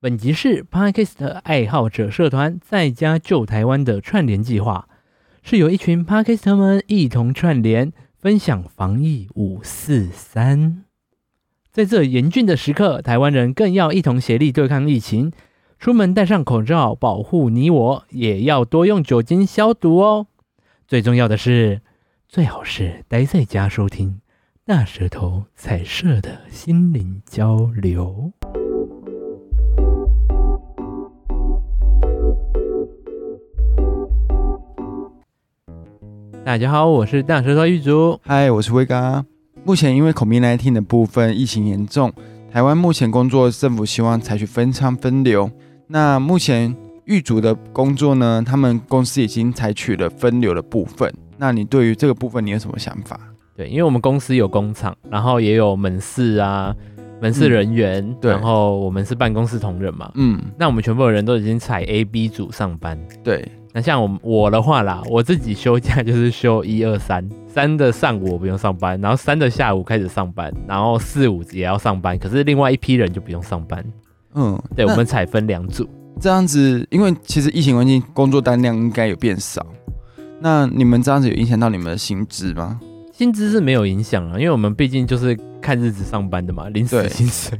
本集是 Podcast 爱好者社团在家救台湾的串联计划，是由一群 Podcast 们一同串联，分享防疫五四三。在这严峻的时刻，台湾人更要一同协力对抗疫情。出门戴上口罩，保护你我，也要多用酒精消毒哦。最重要的是，最好是待在家收听大舌头彩色的心灵交流。大家好，我是大舌头玉竹。嗨，我是威哥。啊目前因为 COVID-19 的部分疫情严重，台湾目前工作政府希望采取分仓分流。那目前狱卒的工作呢，他们公司已经采取了分流的部分。那你对于这个部分你有什么想法？对，因为我们公司有工厂，然后也有门市啊，门市人员，对然后我们是办公室同仁嘛。嗯，那我们全部的人都已经采 A、B 组上班。对，那像我我的话啦，我自己休假就是休一二三，三的上午我不用上班，然后三的下午开始上班，然后四五也要上班，可是另外一批人就不用上班。嗯，对，那我们采分两组。这样子，因为其实疫情关系，工作单量应该有变少。那你们这样子有影响到你们的薪资吗？薪资是没有影响啊，因为我们毕竟就是看日子上班的嘛，临时对薪 水。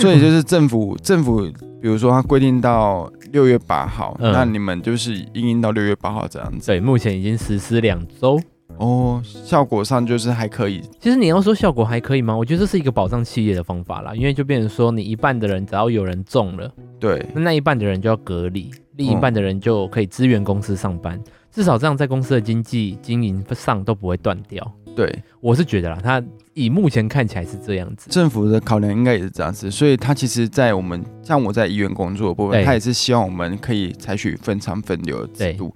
所以就是政府政府，比如说它规定到六月八号，嗯那你们就是应应到六月八号这样子。对，目前已经实施两周。哦，效果上就是还可以，其实你要说效果还可以吗？我觉得这是一个保障企业的方法啦，因为就变成说你一半的人只要有人中了，对，那那一半的人就要隔离，另一半的人就可以支援公司上班，至少这样在公司的经济经营上都不会断掉。对，我是觉得啦，它以目前看起来是这样子。政府的考量应该也是这样子，所以他其实，在我们像我在医院工作的部对分，他也是希望我们可以采取分仓分流的制度。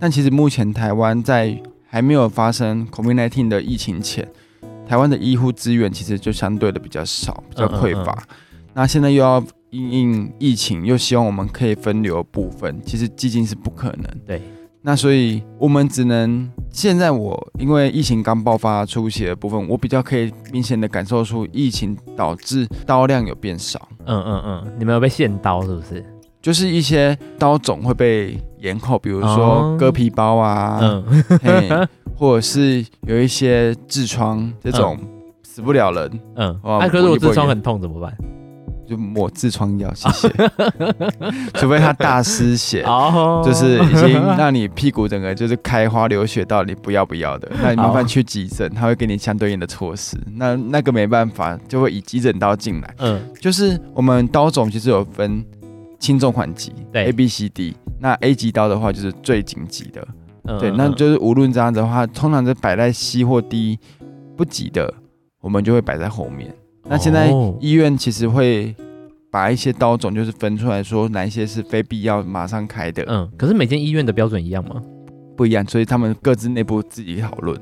但其实目前台湾在还没有发生 COVID-19 的疫情前，台湾的医护资源其实就相对的比较少，比较匮乏。嗯那现在又要因应疫情，又希望我们可以分流的部分，其实基金是不可能。对，那所以我们只能现在我因为疫情刚爆发出血的部分，我比较可以明显的感受出疫情导致刀量有变少，嗯嗯嗯，你们有被限刀是不是？就是一些刀种会被延后，比如哦说割皮包啊，嗯，嘿或者是有一些痔疮这种死不了人， 嗯，哇啊，可是我我就不痔疮会很痛怎么办？就抹痔疮药，谢 谢，除非他大失血。哦就是已 经让你屁股整个就是开花流血到你不要 不要的，那你麻烦去急诊，他会给你相对应的措施。那那个没办法，就会以急诊刀进来。嗯就是我们刀种其实有分轻重缓急，对 A B C D。那 A 级刀的话就是最紧急的，嗯，对，嗯那嗯就是无论这样子的话，通常是摆在 C 或 D 不急的，我们就会摆在后面。那现在哦医院其实会把一些刀种就是分出来说哪一些是非必要马上开的，嗯，可是每间医院的标准一样吗？不一样，所以他们各自内部自己讨 论。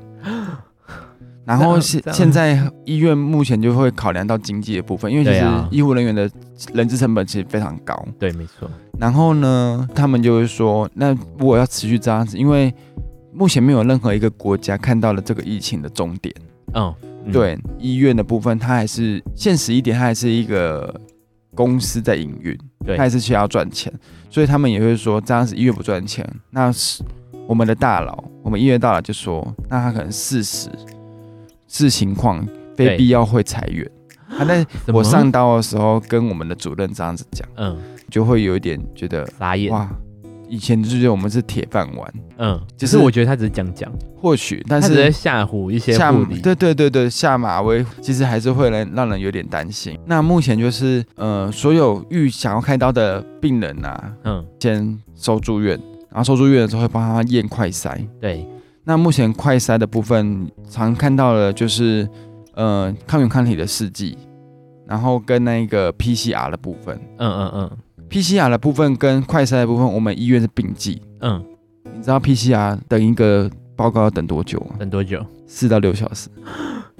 然后现这样现在医院目前就会考量到经济的部分，因为其对实啊医护人员的人资成本其实非常高。对，没错。然后呢，他们就会说，那如果要持续这样子，因为目前没有任何一个国家看到了这个疫情的终点。嗯，嗯，对医院的部分，它还是现实一点，它还是一个公司在营运，对它还是需要赚钱，所以他们也会说，这样子医院不赚钱，那是我们的大佬，我们医院大佬就说，那他可能事实视情况，对非必要会裁员。他在 怎么我上刀的时候跟我们的主任这样子讲，嗯就会有一点觉得傻眼，哇，以前就觉得我们是铁饭碗，嗯，只就是是我觉得他只是讲讲，或许，但他只是是吓唬一些下护理，对对对对下马威，其实还是会让让人有点担心。那目前就是呃，所有欲想要开刀的病人啊，嗯，先收住院，然后收住院的时候会帮他验快筛。对，那目前快筛的部分，常看到的就是呃抗原抗体的试剂，然后跟那个 PCR 的部分嗯嗯嗯，PCR 的部分跟快筛的部分，我们医院是并剂。嗯，你知道 PCR 等一个报告要等多久吗？等多久？四到六小时。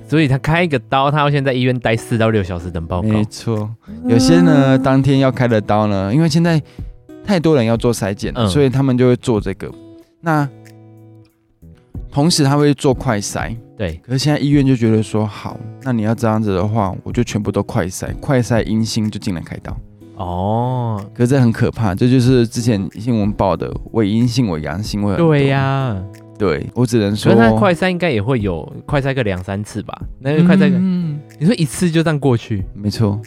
所以他开一个刀，他要先在医院待四到六小时等报告。没错，有些呢，当天要开的刀呢，因为现在太多人要做筛检了，嗯所以他们就会做这个。那同时他会做快筛，对，可是现在医院就觉得说，好，那你要这样子的话，我就全部都快筛，快筛阴性就进来开刀。哦，可是这很可怕，这就是之前新闻报的伪阴性、伪阳性会很多对呀、对我只能可说是他快筛应该也会有快筛个两三次吧？那就快筛个，嗯，你说一次就这样过去，没错，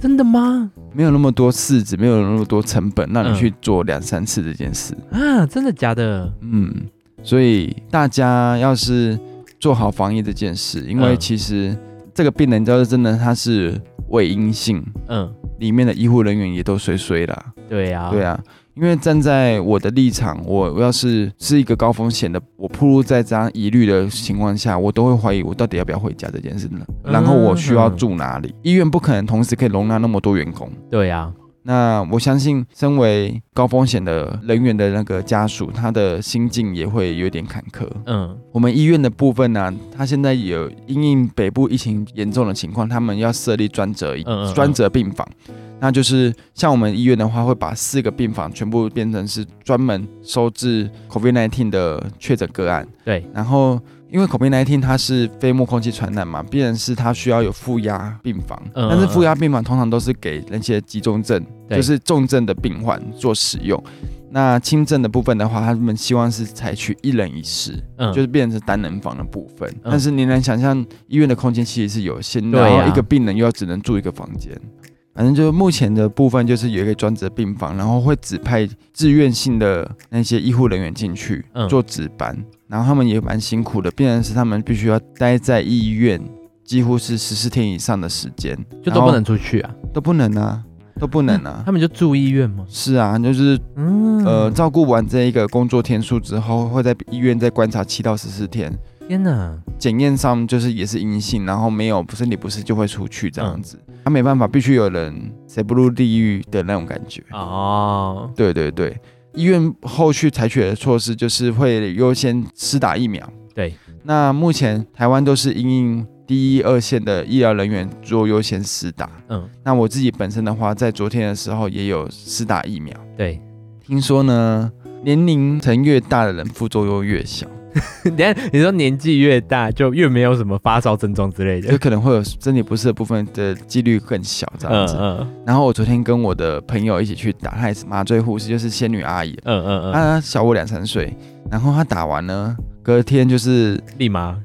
真的吗？没有那么多柿子，没有那么多成本让嗯你去做两三次这件事，啊，真的假的？嗯，所以大家要是做好防疫这件事，因为嗯其实这个病人就是真的他是伪阴性，嗯，里面的医护人员也都衰衰啦，对呀、对啊，啊，因为站在我的立场，我要是是一个高风险的，我暴露在这样疑虑的情况下，我都会怀疑我到底要不要回家这件事呢？嗯然后我需要住哪里？医院不可能同时可以容纳那么多员工。对呀、那我相信，身为高风险的人员的那个家属，他的心境也会有点坎坷。嗯，我们医院的部分呢、他现在有因应北部疫情严重的情况，他们要设立专责医嗯嗯嗯专责病房。那就是像我们医院的话，会把四个病房全部变成是专门收治 COVID-19 的确诊个案。对，然后因为 COVID-19 它是飞沫空气传染嘛，必然是它需要有负压病房。嗯嗯但是负压病房通常都是给那些急重症，对就是重症的病患做使用。那轻症的部分的话，他们希望是采取一人一室。嗯，就是变成是单人房的部分。嗯但是你能想象医院的空间其实是有限，对然啊后一个病人又要只能住一个房间。反正就是目前的部分，就是有一个专职病房，然后会指派自愿性的那些医护人员进去嗯做值班，然后他们也蛮辛苦的，变成是他们必须要待在医院，几乎是十四天以上的时间，就都不能出去啊，都不能啊，都不能啊。他们就住医院吗？是啊，就是嗯，呃，照顾完这一个工作天数之后，会在医院再观察七到十四天，天哪，检验上就是也是阴性，然后没有身体不适就会出去这样子。他、没办法，必须有人谁不入地狱的那种感觉。哦，对对对，医院后续采取的措施就是会优先施打疫苗。对，那目前台湾都是因应第一二线的医疗人员做优先施打。嗯，那我自己本身的话，在昨天的时候也有施打疫苗。嗯对， 听说呢，年龄层越大的人副作用越小，等一下你说年纪越大就越没有什么发烧症状之类就的，可能会有身体不适的部分的几率更小这样嗯子。嗯然后我昨天跟我的朋友一起去打，她也是麻醉护士，就是仙女阿姨，嗯嗯嗯，她小我两三岁。然后她打完呢，隔天就是 立马，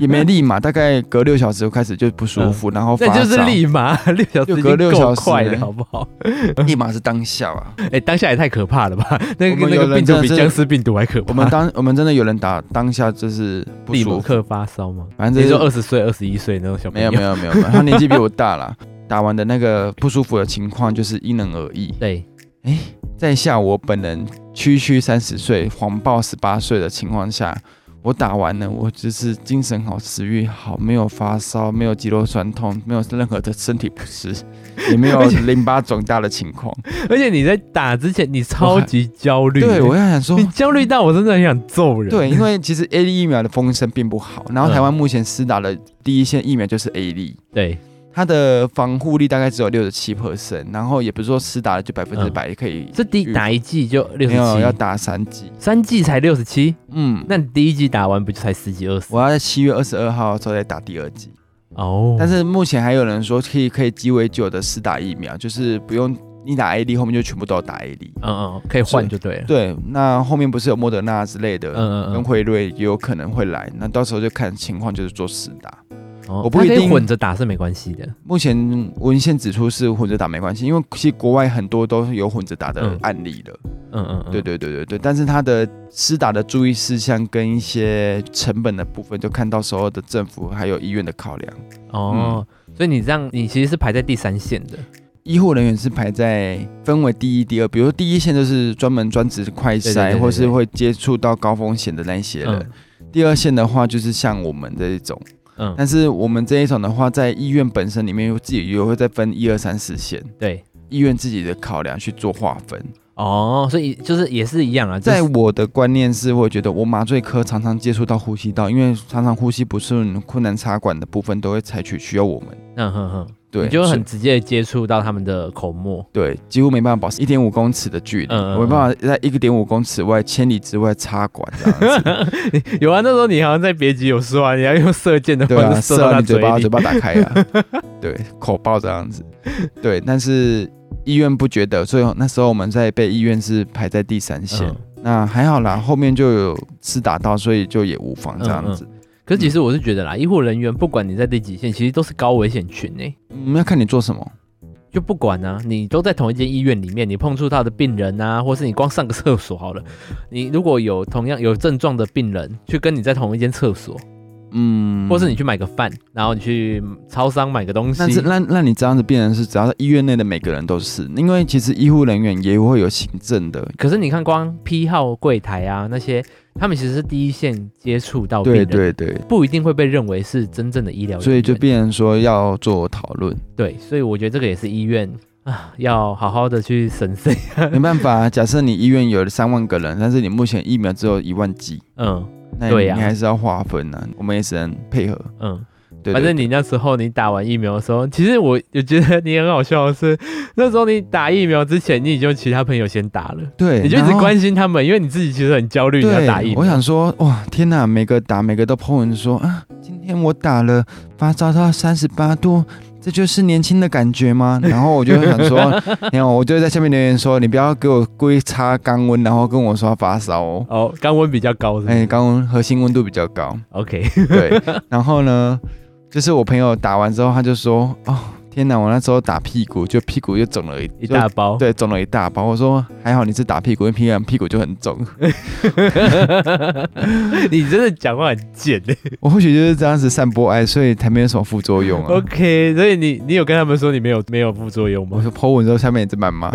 也没立马，大概隔六小时就开始就不舒服，然后嗯发那烧，就是立马六小时就已隔经六够小时快了，欸好不好？ 立马是当下啊。哎，当下也太可怕了吧？ 那我个们那有个人病真毒的比是僵尸病毒还可怕。我们当我们真的有人打当下就是不立马舒服，克发烧吗？反正你这说是二十岁、二十一岁那种小朋没友？有没有没有，没有她年纪比我大啦。打完的那个不舒服的情况就是因人而异， 对，在下我本人区区三十岁，谎报十八岁的情况下，我打完了，我只是精神好，食欲好，没有发烧，没有肌肉酸痛，没有任何的身体不适， 也没有而且淋巴肿大的 情况。而且你在打之前你超级焦虑，对，我在 想说你。焦虑到我真的很想揍人。对，因为其实 A 粒疫苗的风声并不好，然后嗯台湾目前施打的第一线疫苗就是 A 粒，对，它的防护力大概只有六十七 percent，然后也不是说施打了就百分之嗯百可以，这第打一剂就六没十有要七，打三剂。三剂才六十七，嗯，那你第一剂打完不就才十几二十？我要在七月二十二号的时候再打第二剂。哦，但是目前还有人说可以可以鸡尾酒的四打疫苗，就是不用你打 A D 后面就全部都要打 A D。嗯嗯，可以换是就嗯对了。对，那后面不是有莫德纳之类的，嗯跟嗯辉瑞也有可能会来，那到时候就看情况，就是做四打。嗯，哦我不它一可以定混着打是没关系的。目前文献指出是混着打没关系，因为其实国外很多都是有混着打的嗯案例的。嗯嗯嗯，对对对对对，但是它的施打的注意事项跟一些成本的部分，就看到时候的政府还有医院的考量。哦，所以你这样，你其实是排在第三线的。医护人员是排在分为第一、第二，比如说第一线就是专门专职快对对对对筛，对或是会接触到高风险的那一些人。嗯第二线的话就是像我们这一种，嗯，但是我们这一种的话，在医院本身里面自己也会再分一二三四线，对。医院自己的考量去做划分。哦，所以就是也是一样啊，就是在我的观念是，我觉得我麻醉科常常接触到呼吸道，因为常常呼吸不顺、困难插管的部分都会采取需要我们。嗯哼哼，对，你就会是很直接地接触到他们的口沫。对，几乎没办法保持一点五公尺的距离，嗯嗯嗯我没办法在一个点五公尺外、千里之外插管这 样子。 有啊，那时候你好像在别集有说啊，你要用射箭 的对方啊，式射射到到他你嘴嘴巴，里嘴。巴打开 啊，对，口爆这样子。对，但是医院不觉得，所以那时候我们在被医院是排在第三线。嗯那还好啦，后面就有是打到，所以就也无妨这样子。可是其实我是觉得啦，医护人员不管你在第几线，其实都是高危险群欸诶、嗯，要看你做什么。就不管啊，你都在同一间医院里面，你碰触到的病人啊，嗯或是你光上个厕所好了，你如果有同样有症状的病人去跟你在同一间厕所，嗯，或是你去买个饭，然后你去超商买个东西那，是那那你这样子变成是，只要在医院内的每个人都是，因为其实医护人员也会有行政的，可是你看光批号柜台啊那些，他们其实是第一线接触到病啊对人，对对，不一定会被认为是真正的医疗人员，所以就变成说要做讨 论，对，所以我觉得这个也是医院啊要好好的去审视，没办法啊。假设你医院有三万个人，但是你目前疫苗只有一万剂，嗯那对你啊还是要划分啊，我们也只能配合。嗯。对，反对正你那时候你打完疫苗的时候，其实我我觉得你很好笑的是， 那时候你打疫苗之前，你已经有其他朋友先打了，对，你就一直然后关心他们，因为你自己其实很焦虑，你要打疫对，苗。我想说，哇，天哪，每个打每个都 po 文说啊，今天我打了，发烧到三十八度，这就是年轻的感觉吗？然后我就想说， 没有，我就在下面留言说，你不要给我故意插肛温，然后跟我说发烧哦。哦，肛温比较高是不是、哎，肛温核心温度比较高， o k 对。然后呢，就是我朋友打完之后，他就说，哦，天哪，我那时候打屁股，就屁股就肿了一一大包。对，肿了一大包。我说还好你是打屁股，因为平常屁股就很肿。 你真的讲话很贱 哎、我或许就是这样子散播爱，所以才没有什么副作用啊。 OK，所以你你有跟他们说你没有没有副作用我吗？说 po 文之后，下面也在谩骂，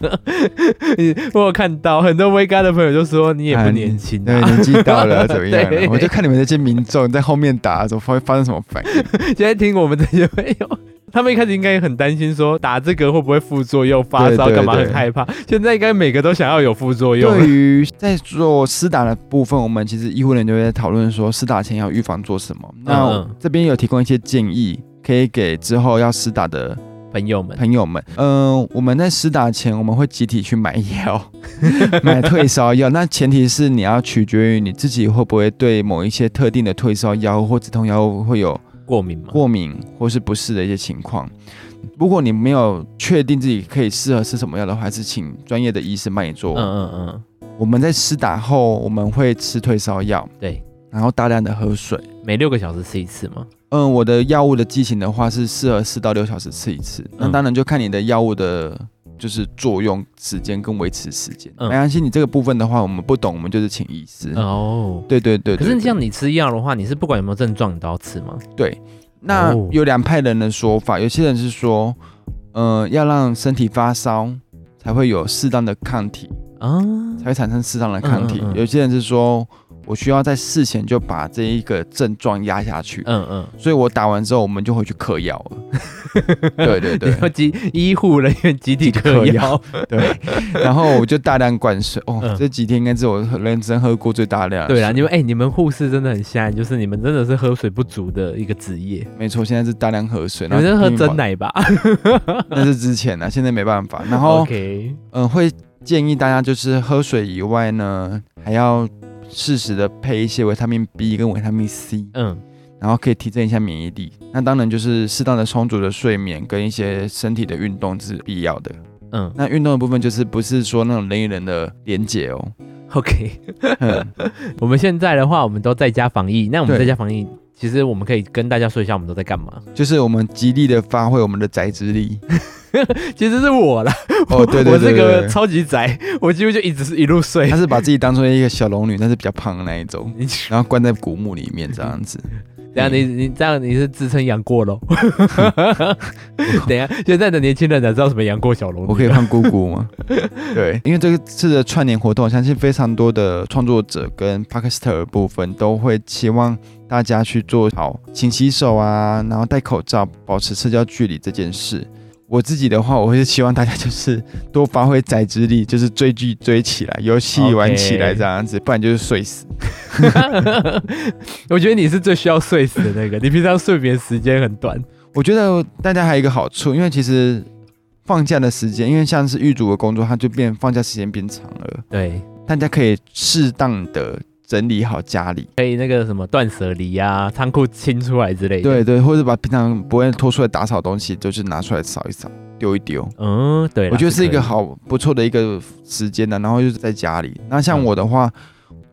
你我有看到很多微咖的朋友就说你也不哎年轻、对，啊，年纪到了怎么样啊对？我就看你们这些民众在后面打，怎么会发生什么反应？现在听我们这些朋友， 他们一开始应该也很担心，说打这个会不会副作用、发烧对对干嘛，对很害怕。现在应该每个都想要有副作用。对于在做施打的部分，我们其实医护人员就在讨论说，施打前要预防做什么。那嗯这边有提供一些建议，可以给之后要施打的朋友们，朋友们，嗯、我们在施打前，我们会集体去买药， 买退烧药。那前提是你要取决于你自己会不会对某一些特定的退烧药或止痛药物会有过敏吗？过敏或是不适的一些情况。如果你没有确定自己可以适合吃什么药的话，还是请专业的医生帮你做。嗯嗯嗯，我们在施打后，我们会吃退烧药，对，然后大量的喝水。每六个小时吃一次嘛。嗯，我的药物的剂型的话是适合四到六小时吃一次，那嗯当然就看你的药物的就是作用时间跟维持时间。嗯没关系，你这个部分的话我们不懂，我们就是请医师。哦，对对对可对是对像你吃药的话，你是不管有没有症状，你都要吃吗？对，那哦有两派人的说法，有些人是说，呃，要让身体发烧才会有适当的抗体，啊，才会产生适当的抗体。嗯嗯嗯有些人是说我需要在事前就把这一个症状压下去，嗯嗯，所以我打完之后我们就回去嗑药了。 对对对你。要集医护人员集 体嗑集体嗑药药，对，然后我就大量灌水。哦，嗯这几天应该是我人生喝过最大量的水。对啦，你们哎、你们护士真的很瞎，就是你们真的是喝水不足的一个职业，没错，现在是大量喝水。你们是喝真真，奶吧那是之前 啊，现在没办法。然后，嗯、 ？OK，会建议大家就是喝水以外呢，还要适时的配一些维他命 B 跟维他命 C，嗯，然后可以提振一下免疫力。那当然就是适当的充足的睡眠跟一些身体的运动是必要的。嗯那运动的部分就是不是说那种人与人的连结 哦。 ，OK，嗯我们现在的话，我们都在家防疫。那我们对在家防疫，其实我们可以跟大家说一下我们都在干嘛。就是我们极力的发挥我们的宅之力。 其实是我啦，哦，对对对对我这个对超级宅，我几乎就一直是一路睡他。是把自己当做一个小龙女，但是比较胖的那一种， 你然后关在古墓里面这样子。 等一下你你这样你是自称杨过喽？ 等一下现在的年轻人哪知道什么杨过小龙女？我可以换姑姑吗？对，因为这个次的串联活动，我相信非常多的创作者跟 p a k i s t 的部分都会期望大家去做好勤洗手啊，然后戴口罩，保持社交距离这件事。我自己的话，我会希望大家就是多发挥宰之力，就是追剧追起来，游戏玩起来 OK 这样子不然就是睡死。 我觉得你是最需要睡死的那个，你平常睡眠时间很短。我觉得大家还有一个好处，因为其实放假的时间，因为像是狱主的工作，它就变放假时间变长了，对，大家可以适当的整理好家里，可以那个什么断舍离啊，仓库清出来之类的。，对对，或者把平常不会拖出来打扫的东西，就是拿出来扫一扫，丢一丢。嗯，对啦，我觉得是一可个以，好不错的一个时间啊呢、然后就是在家里。那像嗯我的话，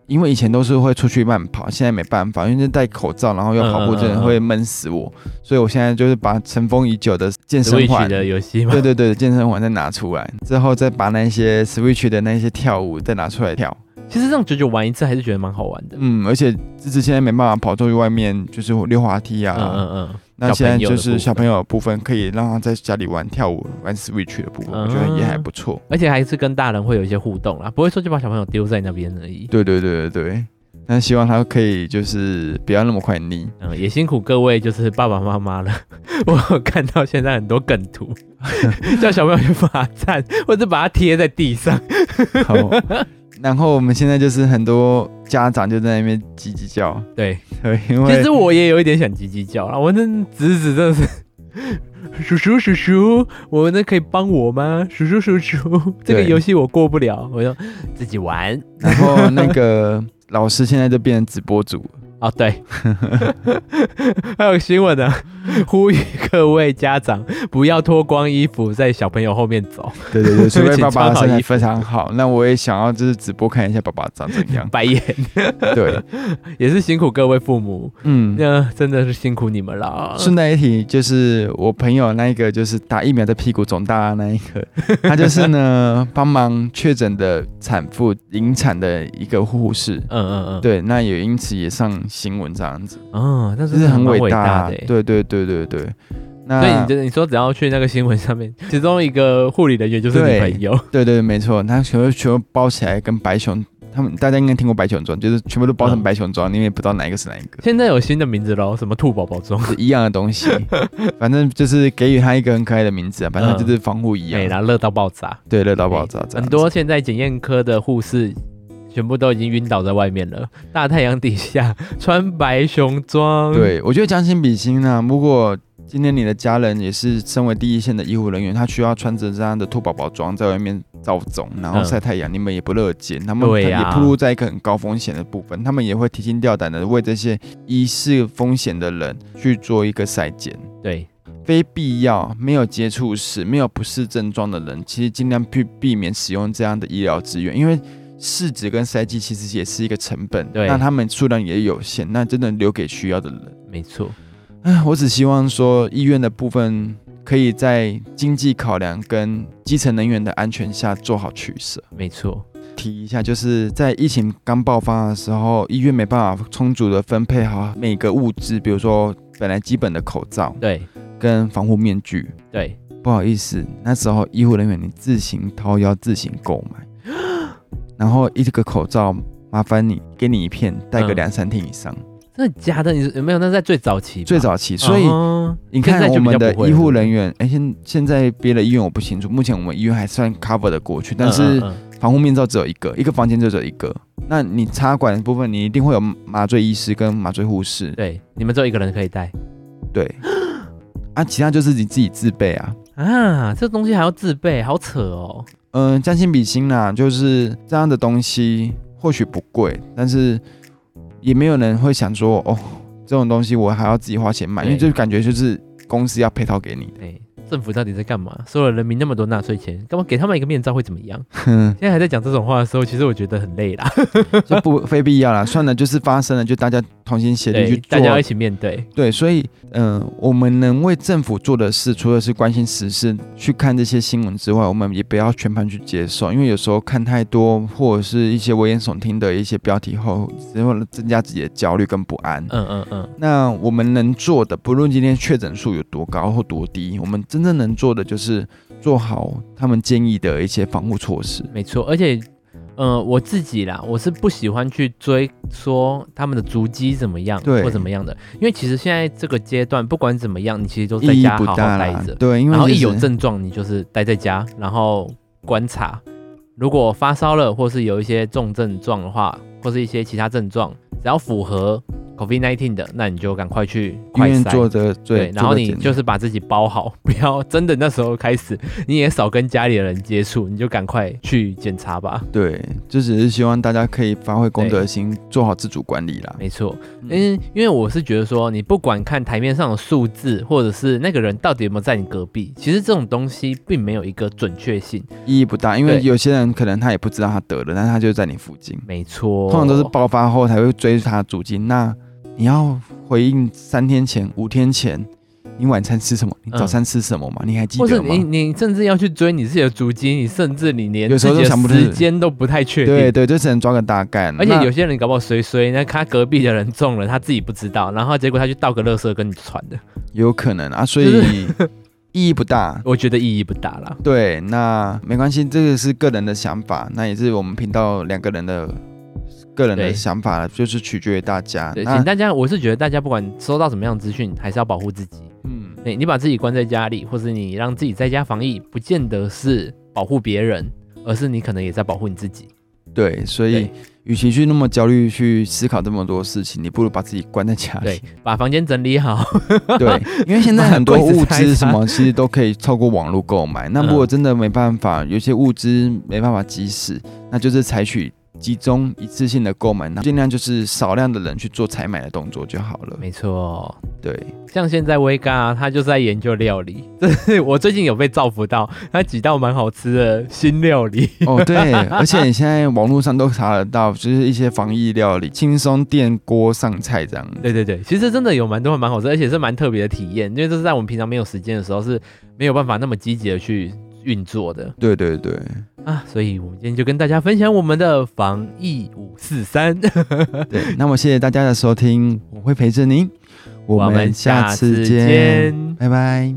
因为以前都是会出去慢跑，现在没办法，因为戴口罩，然后要跑步，嗯嗯嗯真的会闷死我。所以我现在就是把尘封已久的健身 Switch 环，的对游戏嘛。对对，健身环再拿出来，之后再把那些 Switch 的那些跳舞再拿出来跳。其实让九九玩一次还是觉得蛮好玩的。嗯，而且芝芝现在没办法跑出去外面，就是溜滑梯啊。嗯嗯那现在就小朋友的部分是小朋友的部分，可以让他在家里玩跳舞、玩 Switch 的部分，我觉得也还不错。而且还是跟大人会有一些互动啦，不会说就把小朋友丢在那边而已。对对对对对，那希望他可以就是不要那么 快腻。嗯，也辛苦各位就是爸爸妈妈了。 我有看到现在很多梗图， 叫小朋友去罚站，或者把它贴在地上。好，然后我们现在就是很多家长就在那边叽叽叫，对，对，因 其为实我也有一点想叽叽叫啦，我那侄子真的是。叔叔叔叔，我那可以帮我吗？叔叔叔叔，这个对游戏我过不了，我就自己玩。然后那个老师现在就变成直播主了，哦，对， 还有新闻呢、啊 呼吁各位家长嗯不要脱光衣服在小朋友后面走，对对对，除非爸爸请穿好身材衣服。非常好，那我也想要就是直播看一下爸爸长怎样 白眼对，也是辛苦各位父母，嗯。那、真的是辛苦你们了。顺带一提，就是我朋友那一个，就是打疫苗的屁股肿大的那一 个，他就是呢帮忙确诊的产妇引产的一个护士，嗯嗯嗯，，对，那也因此也上新闻这样子，嗯，那就真是的很蛮伟大，的欸。对啊对对对对。所以你那就你说只要去那个新闻上 面，其中一个护理人员就是你对朋友，对对，没错，他全部全部包起来，跟白熊他们大家应该听过白熊装，就是全部都包成嗯白熊装，你也不知道哪一个是哪一个，现在有新的名字喽，什么兔宝宝装，是一样的 东西，反正就是给予他一个很可爱的名字啊，反正就是防护衣美啊，啦，哎乐到爆炸，对，热到爆炸这样子，很多现在检验科的护士。全部都已经晕倒在外面了，大太阳底下穿白熊装，，对，我觉得将心比心呢、如果今天你的家人也是身为第一线的医护人员，他需要穿着这样的兔宝宝装在外面照种，然后嗯晒太阳，你们也不乐见，他们对也呀暴露在一个很高风险的部分，他们也会提心吊胆的为这些疑似风险的人去做一个筛检。对，非必要、没有接触史、没有不适症状的人，其实尽量去避免使用这样的医疗资源，因为试纸跟筛剂其实也是一个成本，对那他们数量也有限，那真的留给需要的人。没错，唉，我只希望说医院的部分可以在经济考量跟基层人员的安全下做好取舍。没错，提一下，就是在疫情刚爆发的时候，医院没办法充足的分配好每个物资，比如说本来基本的口罩对跟防护面具。对，不好意思，那时候医护人员你自行掏腰自行购 买，然后一个口罩麻烦你给你一片，戴个嗯两三天以上，真的假的？你有没有？那在最早期吧，最早期，所以。嗯你看现在就我们比较的不会医了护对不对人员，哎、现现在别的医院我不清楚，目前我们医院还算 cover 的过去，但是嗯嗯防护面罩只有一个，一个房间就只有一个。那你插管的部分，你一定会有麻醉医师跟麻醉护士嗯，对，你们只有一个人可以带 对。啊，其他就是你自己自备啊。啊，这东西还要自备，好扯哦。嗯、将心比心啦、就是这样的东西或许不贵，但是也没有人会想说哦，这种东西我还要自己花钱买，因为对就感觉就是公司要配套给你的。哎，政府到底在干嘛？收了人民那么多纳税钱，干嘛给他们一个面罩会怎么 样？哼现在还在讲这种话的时候，其实我觉得很累啦。 就不非必要啦，算了，就是发生了，就大家同心协力去对，做。大家要一起面对。对，所以，嗯、我们能为政府做的事，除了是关心时事、去看这些新闻之外，我们也不要全盘去接受，因为有时候看太多或者是一些危言耸听的一些标题后，只会增加自己的焦虑跟不安。嗯嗯嗯，那我们能做的，不论今天确诊数有多高或多低，我们真正能做的就是做好他们建议的一些防护措施。没错。而且呃，我自己啦，我是不喜欢去追说他们的足迹怎么样，对或怎么样的，因为其实现在这个阶段，不管怎么样，你其实都在意义家不好好大待啦着，，对，因为然后其一有实症状，你就是待在家，然后观察。如果发烧了，或是有一些重症状的话，或是一些其他症状，只要符合 COVID-19 的，那你就赶快去医快院筛。做的对，然后做个你检就是把自己包好， 不要真的那时候开始，你也少跟家里的人接触，你就赶快去检查吧。对，就只是希望大家可以发挥公德心，做好自主管理啦。没错，嗯因因为我是觉得说，你不管看台面上的数字，或者是那个人到底有没有在你隔壁，其实这种东西并没有一个准确性。嗯意义不大，因为对有些人可能他也不知道他得了，但是他就在你附近，没错，通常哦都是爆发后才会追他的足迹。那你要回应三天前、五天前，你晚餐吃什么？你早餐吃什么嘛？你还记嗯或是得你吗？你甚至要去追你自己的足迹，你甚至你连有时候自己都的想不时起间都不太确对定。对，就只能抓个大概。而且那有些人搞不好随随，那他隔壁的人中了，他自己不知道，然后结果他去倒个垃圾跟你传的，有可能啊，所就以意义不大。我觉得意义不大啦。对，那没关系，这个是个人的想法，那也是我们频道两个人的个人的对想法，就是取决于大家。对，那请大家，我是觉得大家不管收到什么样的资讯，还是要保护自己。嗯，你你把自己关在家里，或是你让自己在家防疫，不见得是保护别人，而是你可能也在保护你自己。对，所以对与其去那么焦虑去思考这么多事情，你不如把自己关在家对里。，把房间整理好。对，因为现在很多把柜子物拆资一什拆么，其实都可以透过网络 购买。嗯那如果真的没办法，有些物资没办法及时，那就是采取集中一次性的购买，那尽量就是少量的人去做采买的动作就好了。 没错，哦对。像现在威嘎、啊、他就是在研究料理，这是我最近有被造福到，他几道蛮好吃的新料理。 哦，对，而且你现在网络上都查得到，就是一些防疫料理，轻松电锅上菜这样。对对对，其实真的有蛮多蛮好吃，而且是蛮特别的体验，因为这是在我们平常没有时间的时候是没有办法那么积极的去运作的对对对，啊。所以我们今天就跟大家分享我们的防疫五四三。对，那么谢谢大家的收听，我会陪着您，我我们们下下次次见，见。拜拜。